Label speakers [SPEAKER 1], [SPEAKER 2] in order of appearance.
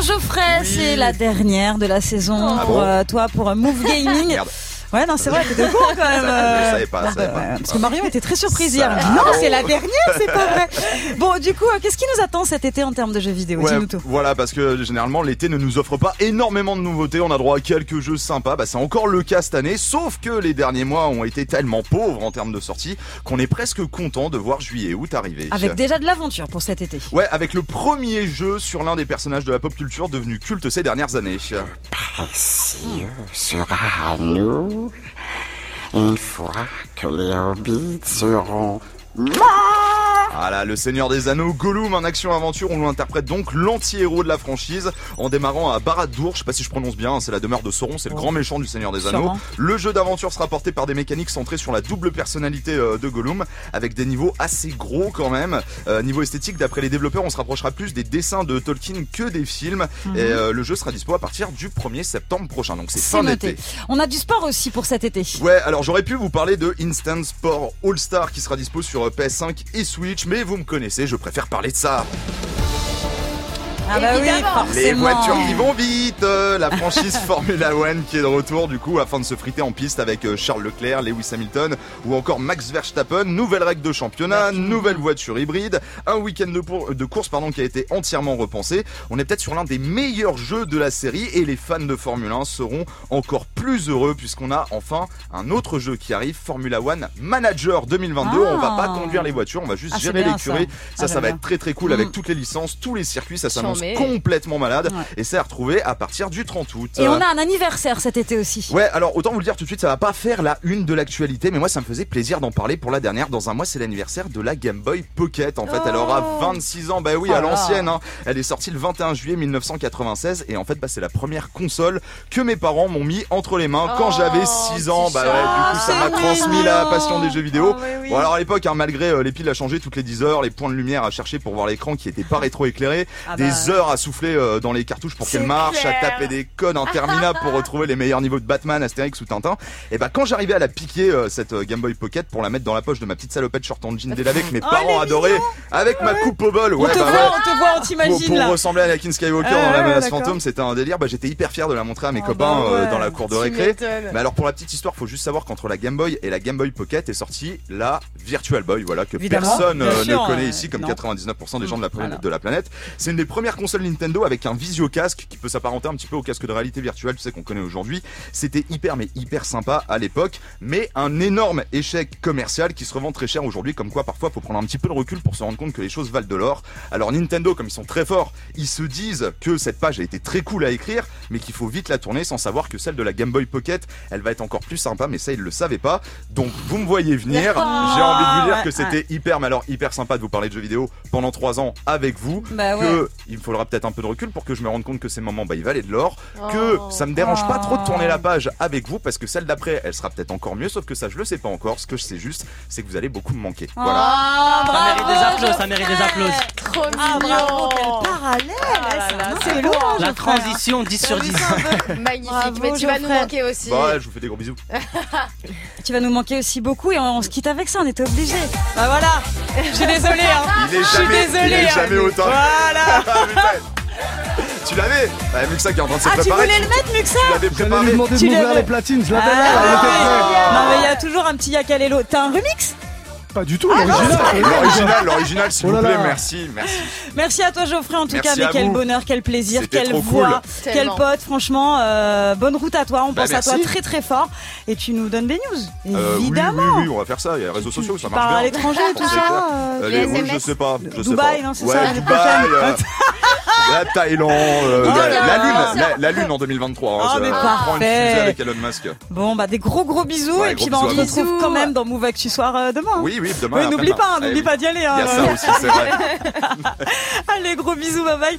[SPEAKER 1] Geoffrey, c'est la dernière de la saison
[SPEAKER 2] Ah
[SPEAKER 1] pour
[SPEAKER 2] bon
[SPEAKER 1] euh, toi pour euh, Move Gaming.
[SPEAKER 2] Merde.
[SPEAKER 1] Ouais, non, c'est vrai, t'étais con quand même.
[SPEAKER 2] Ça, je
[SPEAKER 1] euh,
[SPEAKER 2] savais pas, je savais
[SPEAKER 1] bah,
[SPEAKER 2] pas.
[SPEAKER 1] ouais, Parce que Marion était très surprise hier.
[SPEAKER 2] Ça- Ah
[SPEAKER 1] Elle me dit, Non, c'est la dernière, c'est pas vrai. Bon, du coup, euh, qu'est-ce qui nous attend cet été en termes de jeux vidéo
[SPEAKER 2] Ouais,
[SPEAKER 1] Dis-nous tout.
[SPEAKER 2] voilà, parce que généralement l'été ne nous offre pas énormément de nouveautés. On a droit à quelques jeux sympas. Bah, c'est encore le cas cette année, sauf que les derniers mois ont été tellement pauvres en termes de sorties qu'on est presque content de voir juillet-août arriver.
[SPEAKER 1] Avec déjà de l'aventure pour cet été.
[SPEAKER 2] Ouais, avec le premier jeu sur l'un des personnages de la pop culture devenu culte ces dernières années.
[SPEAKER 3] Précieux sera à nous une fois que les hobbits seront
[SPEAKER 2] Voilà, Ah le Seigneur des Anneaux, Gollum, en action-aventure, on l'interprète donc l'anti-héros de la franchise en démarrant à Barad-dûr, je sais pas si je prononce bien, hein, c'est la demeure de Sauron, c'est le grand méchant du Seigneur des Anneaux.
[SPEAKER 1] Sûrement.
[SPEAKER 2] Le jeu d'aventure sera porté par des mécaniques centrées sur la double personnalité euh, de Gollum, avec des niveaux assez gros quand même. Euh, niveau esthétique, d'après les développeurs, on se rapprochera plus des dessins de Tolkien que des films. Et euh, le jeu sera dispo à partir du 1er septembre prochain, donc c'est
[SPEAKER 1] C'est
[SPEAKER 2] fin d'été.
[SPEAKER 1] noté. On a du sport aussi pour cet été.
[SPEAKER 2] Ouais, alors j'aurais pu vous parler de Instant Sport All Star qui sera dispo sur euh, PS5 et Switch, mais vous me connaissez, je préfère parler de ça.
[SPEAKER 1] Ah bah oui,
[SPEAKER 4] Évidemment.
[SPEAKER 1] forcément.
[SPEAKER 2] Les voitures qui vont vite, euh, la franchise Formula One qui est de retour du coup afin de se friter en piste avec euh, Charles Leclerc, Lewis Hamilton ou encore Max Verstappen. Nouvelle règle de championnat, nouvelle voiture hybride, un week-end de, pour- de course pardon qui a été entièrement repensé. On est peut-être sur l'un des meilleurs jeux de la série et les fans de Formule 1 seront encore plus heureux puisqu'on a enfin un autre jeu qui arrive, Formula One Manager 2022. On va
[SPEAKER 1] Ah.
[SPEAKER 2] pas conduire les voitures, on va juste
[SPEAKER 1] Ah, c'est
[SPEAKER 2] gérer
[SPEAKER 1] bien,
[SPEAKER 2] les curés.
[SPEAKER 1] ça. Ah,
[SPEAKER 2] Ça,
[SPEAKER 1] j'aime
[SPEAKER 2] ça, va
[SPEAKER 1] bien.
[SPEAKER 2] être très très cool
[SPEAKER 1] Mm.
[SPEAKER 2] avec toutes les licences, tous les circuits, ça s'annonce
[SPEAKER 4] Chambé.
[SPEAKER 2] complètement malade
[SPEAKER 1] Ouais.
[SPEAKER 2] et c'est à retrouver à partir du 30 août.
[SPEAKER 1] Et on a un anniversaire cet été aussi.
[SPEAKER 2] Ouais, alors autant vous le dire tout de suite, ça va pas faire la une de l'actualité, mais moi ça me faisait plaisir d'en parler pour la dernière. Dans un mois, c'est l'anniversaire de la Game Boy Pocket. En fait, elle aura 26 ans, bah oui,
[SPEAKER 1] Oh
[SPEAKER 2] à
[SPEAKER 1] là.
[SPEAKER 2] l'ancienne. hein. Elle est sortie le 21 juillet 1996 et en fait, bah, c'est la première console que mes parents m'ont mis entre les mains quand
[SPEAKER 4] Oh,
[SPEAKER 2] j'avais 6 ans.
[SPEAKER 4] petit
[SPEAKER 2] Bah ouais, du coup, ça
[SPEAKER 1] chat. Ah
[SPEAKER 2] m'a transmis la passion des jeux vidéo.
[SPEAKER 4] Oh, mais oui.
[SPEAKER 2] Bon, alors à l'époque, hein, malgré euh, les piles à changer toutes les 10 heures, les points de lumière à chercher pour voir l'écran qui était pas rétroéclairé,
[SPEAKER 1] Ah
[SPEAKER 2] des
[SPEAKER 1] bah.
[SPEAKER 2] heures à souffler euh, dans les cartouches pour qu'elles
[SPEAKER 4] C'est
[SPEAKER 2] marchent,
[SPEAKER 4] clair.
[SPEAKER 2] à taper des codes
[SPEAKER 1] Ah,
[SPEAKER 2] interminables pour retrouver les meilleurs niveaux de Batman, Astérix ou Tintin. Et bah quand j'arrivais à la piquer euh, cette euh, Game Boy Pocket pour la mettre dans la poche de ma petite salopette short en
[SPEAKER 1] Bah,
[SPEAKER 2] jean délavé
[SPEAKER 1] oh,
[SPEAKER 2] que mes parents adoraient, avec ma coupe au bol,
[SPEAKER 1] On
[SPEAKER 2] ouais
[SPEAKER 1] te
[SPEAKER 2] bah
[SPEAKER 1] voit,
[SPEAKER 2] ouais.
[SPEAKER 1] on te voit, on
[SPEAKER 2] Pour,
[SPEAKER 1] t'imagine
[SPEAKER 2] pour
[SPEAKER 1] là.
[SPEAKER 2] ressembler à Anakin Skywalker
[SPEAKER 1] Ah
[SPEAKER 2] dans la
[SPEAKER 1] ouais,
[SPEAKER 2] menace
[SPEAKER 1] d'accord.
[SPEAKER 2] fantôme, c'était un délire. Bah, j'étais hyper fier de la montrer à mes
[SPEAKER 1] Ah
[SPEAKER 2] copains
[SPEAKER 1] bah
[SPEAKER 2] euh,
[SPEAKER 1] ouais.
[SPEAKER 2] dans la cour de
[SPEAKER 4] Tu
[SPEAKER 2] récré.
[SPEAKER 4] m'étonnes.
[SPEAKER 2] Mais alors pour la petite histoire, faut juste savoir qu'entre la Game Boy et la Game Boy Pocket est sortie la Virtual Boy, voilà que
[SPEAKER 1] Évidemment,
[SPEAKER 2] personne
[SPEAKER 1] bien
[SPEAKER 2] euh,
[SPEAKER 1] sûr,
[SPEAKER 2] ne connaît
[SPEAKER 1] euh,
[SPEAKER 2] ici, comme
[SPEAKER 1] non.
[SPEAKER 2] 99% des gens de la, planète-
[SPEAKER 1] Voilà.
[SPEAKER 2] de la planète. C'est une des premières consoles Nintendo avec un visio casque qui peut s'apparenter un petit peu au casque de réalité virtuelle, tu sais qu'on connaît aujourd'hui. C'était hyper mais hyper sympa à l'époque, mais un énorme échec commercial qui se revend très cher aujourd'hui, comme quoi parfois faut prendre un petit peu de recul pour se rendre compte que les choses valent de l'or. Alors Nintendo, comme ils sont très forts, ils se disent que cette page a été très cool à écrire, mais qu'il faut vite la tourner sans savoir que celle de la Game Boy Pocket, elle va être encore plus sympa, mais ça ils le savaient pas. Donc vous me voyez venir, j'ai envie de vous dire
[SPEAKER 1] ouais,
[SPEAKER 2] que c'était hyper, mais alors hyper sympa de vous parler de jeux vidéo pendant trois ans avec vous
[SPEAKER 1] Bah ouais.
[SPEAKER 2] que il me faudra peut-être un peu de recul pour que je me rende compte que ces moments bah, ils valaient de l'or, que
[SPEAKER 1] Oh.
[SPEAKER 4] Oh.
[SPEAKER 2] ça me dérange pas trop de tourner la page avec vous parce que celle d'après elle sera peut-être encore mieux, sauf que ça je le sais pas encore. Ce que je sais juste, c'est que vous allez beaucoup me manquer. Voilà.
[SPEAKER 1] Ah,
[SPEAKER 5] Ça mérite des
[SPEAKER 1] bravo,
[SPEAKER 5] applaudissements, ça mérite
[SPEAKER 1] Geoffrey.
[SPEAKER 4] Trop
[SPEAKER 5] des applaudissements.
[SPEAKER 1] Ah bravo, quel
[SPEAKER 4] mignon. Ah
[SPEAKER 1] parallèle
[SPEAKER 4] là
[SPEAKER 1] ça,
[SPEAKER 4] là,
[SPEAKER 1] non,
[SPEAKER 4] c'est
[SPEAKER 1] C'est lourd hein,
[SPEAKER 5] La
[SPEAKER 1] Geoffrey.
[SPEAKER 5] transition 10 sur 10.
[SPEAKER 4] Magnifique.
[SPEAKER 1] Bravo,
[SPEAKER 4] mais tu vas nous
[SPEAKER 1] Geoffrey.
[SPEAKER 4] manquer aussi.
[SPEAKER 2] Bah ouais, je vous fais des gros bisous.
[SPEAKER 1] Tu vas nous manquer aussi beaucoup et on, on se quitte avec ça, on était obligés. Bah voilà, je suis désolée. Hein.
[SPEAKER 2] Il est
[SPEAKER 1] Je suis
[SPEAKER 2] jamais, il
[SPEAKER 1] désolée.
[SPEAKER 2] est jamais
[SPEAKER 1] hein.
[SPEAKER 2] autant.
[SPEAKER 1] Voilà.
[SPEAKER 2] Ah, putain. tu l'avais Bah, Muxa qui est en train de se
[SPEAKER 1] Ah, tu
[SPEAKER 2] préparer.
[SPEAKER 1] voulais le mettre, Muxa
[SPEAKER 2] tu l'avais
[SPEAKER 6] J'allais lui
[SPEAKER 2] préparé.
[SPEAKER 1] Tu
[SPEAKER 6] demander de m'ouvrir
[SPEAKER 1] l'avais.
[SPEAKER 6] les platines, je l'avais
[SPEAKER 1] Ah,
[SPEAKER 6] là, elle était prête.
[SPEAKER 1] Non, mais il y a toujours un petit Yakalelo. T'as un remix
[SPEAKER 6] Pas du tout,
[SPEAKER 1] Ah
[SPEAKER 6] l'original.
[SPEAKER 2] L'original, l'original, s'il
[SPEAKER 6] Oh là
[SPEAKER 2] vous plaît,
[SPEAKER 6] là.
[SPEAKER 2] merci, merci.
[SPEAKER 1] Merci à toi, Geoffrey, en tout
[SPEAKER 2] Merci
[SPEAKER 1] cas. Mais
[SPEAKER 2] à
[SPEAKER 1] quel
[SPEAKER 2] vous.
[SPEAKER 1] bonheur, quel plaisir,
[SPEAKER 2] C'était
[SPEAKER 1] quelle
[SPEAKER 2] trop
[SPEAKER 1] voix,
[SPEAKER 4] cool.
[SPEAKER 1] quel
[SPEAKER 4] Tellement.
[SPEAKER 1] pote. Franchement, euh, bonne route à toi. On
[SPEAKER 2] Bah,
[SPEAKER 1] pense à
[SPEAKER 2] merci.
[SPEAKER 1] toi très très fort. Et tu nous donnes des news,
[SPEAKER 2] Euh, oui,
[SPEAKER 1] évidemment.
[SPEAKER 2] Oui, oui, on va faire ça. Il y a les réseaux sociaux, ça
[SPEAKER 1] Tu pars à
[SPEAKER 2] marche bien.
[SPEAKER 1] l'étranger, tout
[SPEAKER 2] C'est clair.
[SPEAKER 1] ça. euh,
[SPEAKER 2] Euh,
[SPEAKER 4] Les
[SPEAKER 2] les- oui,
[SPEAKER 4] SMS.
[SPEAKER 2] je sais pas. Je sais
[SPEAKER 1] Dubaï,
[SPEAKER 2] pas.
[SPEAKER 1] non, c'est
[SPEAKER 2] ouais,
[SPEAKER 1] ça, l'année
[SPEAKER 2] Dubaï,
[SPEAKER 1] prochaine.
[SPEAKER 2] euh, la Thaïlande, euh,
[SPEAKER 1] Oh là
[SPEAKER 2] la, la
[SPEAKER 1] là.
[SPEAKER 2] Lune, la, la Lune en 2023.
[SPEAKER 1] Ah,
[SPEAKER 2] ça,
[SPEAKER 1] mais
[SPEAKER 2] euh, prend une
[SPEAKER 1] parfait.
[SPEAKER 2] fusée avec Elon Musk.
[SPEAKER 1] Bon, bah des gros gros bisous.
[SPEAKER 2] Ouais,
[SPEAKER 1] et
[SPEAKER 2] gros
[SPEAKER 1] puis bah, on
[SPEAKER 2] bisous
[SPEAKER 1] se
[SPEAKER 2] à
[SPEAKER 4] vous.
[SPEAKER 1] retrouve quand
[SPEAKER 4] Bisous.
[SPEAKER 1] même dans Move Actu Soir euh, demain. hein.
[SPEAKER 2] Oui, oui, demain.
[SPEAKER 1] Ouais, n'oublie
[SPEAKER 2] après-demain.
[SPEAKER 1] pas, hein,
[SPEAKER 2] Eh
[SPEAKER 1] n'oublie
[SPEAKER 2] oui.
[SPEAKER 1] pas d'y aller.
[SPEAKER 2] Il y
[SPEAKER 1] hein.
[SPEAKER 2] a ça aussi, c'est vrai.
[SPEAKER 1] Allez, gros bisous, bye bye.